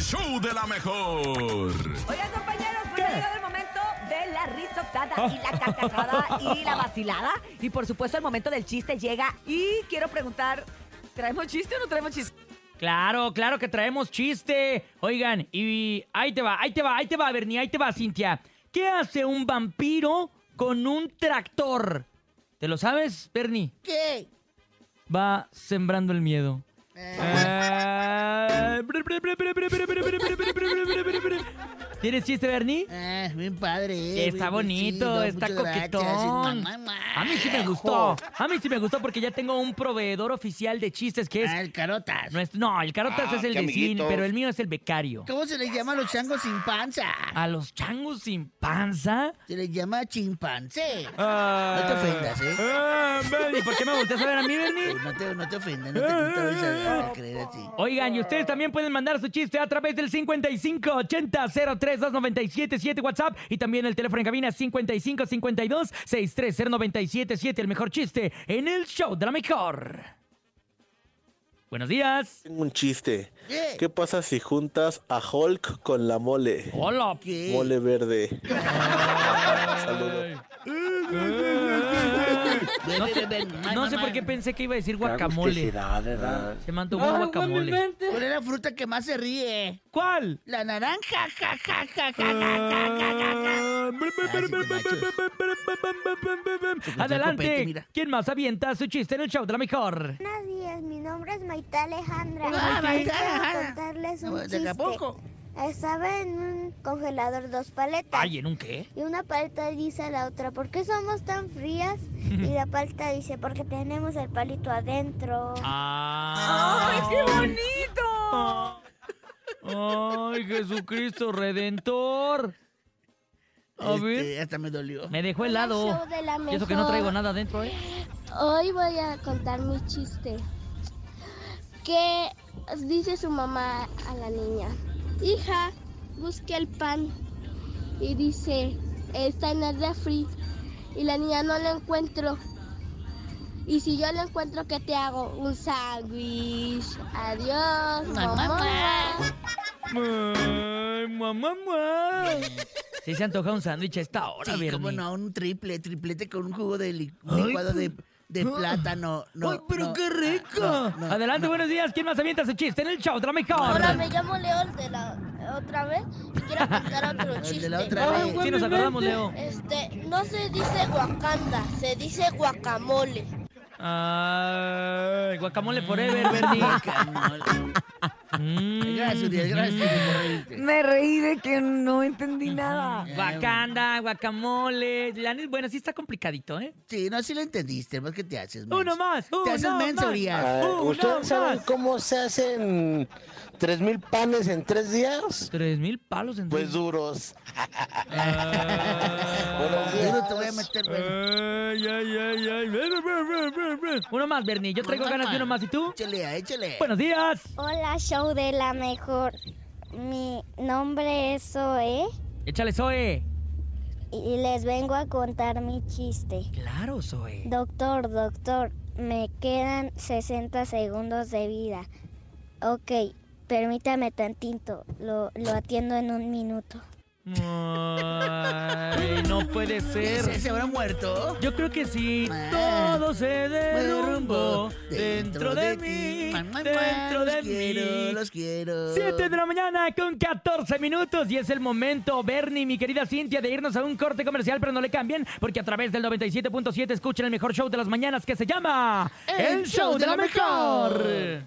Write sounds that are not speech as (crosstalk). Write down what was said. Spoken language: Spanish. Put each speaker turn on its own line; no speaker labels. show de la mejor.
Oigan, compañeros, pues ha llegado el momento de la risotada y la cacajada y la vacilada. Y por supuesto, el momento del chiste llega. Y quiero preguntar: ¿traemos chiste o no traemos chiste?
Claro, claro que traemos chiste. Oigan, y ahí te va, ahí te va, ahí te va, Bernie, ahí te va, Cintia. ¿Qué hace un vampiro con un tractor? ¿Te lo sabes, Bernie?
¿Qué?
Va sembrando el miedo. Ah, ¿Tienes chiste, Bernie?
Ah, bien padre.
Está bonito, está coquetón. A mí sí me gustó. A mí sí me gustó porque ya tengo un proveedor oficial de chistes que es
Ah, el carotas.
No, es- no, el Carotas
Ah,
es el
qué
de cine,
amiguitos.
pero el mío es Ah. el becario.
¿Cómo se les llama a los changos sin panza?
A los changos sin panza.
Se les llama chimpancé.
Ah.
No te ofendas, ¿eh?
Ah, Bernie, ¿por qué me volteas a ver a mí,
Eh,
Bernie?
No te, no te ofendas, no te, no te vayas
(laughs)
a, a creer así.
Oigan, y ustedes también pueden mandar su chiste a través del 5580-032977 WhatsApp y también el teléfono en cabina 5552-630977, el mejor chiste en el show de la mejor. Buenos días.
Tengo un chiste.
¿Qué?
¿Qué pasa si juntas a Hulk con la mole?
Hola.
¿Qué?
Mole verde. Saludos.
Ven,
No
ven,
sé,
ven, ven.
no sé
Ay,
por qué
mamá.
pensé que iba a decir guacamole. Se mandó un guacamole.
¿Cuál es la fruta que más se ríe?
¿Cuál?
La naranja. Ja, ja, ja, ja, ja, ja, ja, ja, ja.
Adelante.
Copete, mira.
¿Quién más avienta su chiste en el show de la mejor?
Buenos días, mi nombre es Maite Alejandra.
Hola, Maite.
Quiero contarles un
¿De
chiste.
Acapulco?
Estaba en un congelador dos paletas.
Ay, ¿en un qué?
Y una paleta dice a la otra, ¿por qué somos tan
(laughs)
frías? Y la paleta dice, porque tenemos el palito adentro.
Ah,
¡Ay,
Ah.
qué bonito!
¡Ay, Jesucristo Redentor! A ver.
Este, hasta me dolió.
Me dejó
El
helado.
show de la
Y eso que no
mejor.
traigo nada adentro, ¿eh?
Hoy voy a contar mi chiste. ¿Qué dice su mamá a la niña? Hija, busque el pan. Y dice, está en el refri. Y la niña no lo encuentro. Y si yo lo encuentro, ¿qué te hago? Un sándwich. Adiós,
Mamá.
mamá.
¡Ay, mamá, mamá! Sí se antoja un sándwich a esta hora,
Sí,
Bernie.
cómo no, un triple, triplete con un jugo de li- licuado de, de
ah.
plátano. No,
¡Ay, pero
no,
qué
ah,
rico!
no, no,
Adelante,
no.
buenos días. ¿Quién más avienta su chiste en el show de la mejor?
me llamo León de la otra vez.
(laughs)
Y quiero contar otro
El de la otra vez.
Sí, nos acordamos, Leo.
Este, no se dice guacanda, se dice guacamole.
Ay, guacamole forever,
(laughs)
Bernie.
Guacamole.
(laughs) Mm.
Gracias, Uriel, gracias por reírte.
Me reí de que no entendí nada.
Guacanda, guacamole. La neta, Bueno, sí está complicadito, ¿eh?
Sí, no, sí lo entendiste, más que te haces. menso.
Uno más.
Te haces
uno
menso,
más.
Urias.
Uno
Eh, ¿Ustedes saben
más.
cómo se hacen tres mil panes en tres días?
Tres mil palos en
Pues duros. (laughs)
Ah.
Buenos días.
Duro te voy a meter, bueno.
Ay, ay, ay, ay. Ven, ven, ven, ven, ven. Uno más, Bernie. Yo traigo
Uno
ganas de
más.
uno más. ¿Y tú?
Échale, échale.
Buenos días.
Hola, show de la mejor. Mi nombre es Zoe
Échale, Zoe.
y les vengo a contar mi chiste.
Claro, Zoe.
Doctor, doctor, me quedan 60 segundos de vida. Ok, permítame tantito, lo, lo atiendo en un minuto.
Ay, no puede
¿Ese
ser.
se habrá muerto?
Yo creo que sí.
Ah.
Todo se derrumbó dentro de mí.
Ma, ma, ma,
Dentro de
los quiero,
mí.
los quiero.
7 de la mañana con 14 minutos y es el momento, Bernie, mi querida Cintia, de irnos a un corte comercial, pero no le cambien, porque a través del 97.7 escuchen el mejor show de las mañanas que se llama
El Show de la Mejor.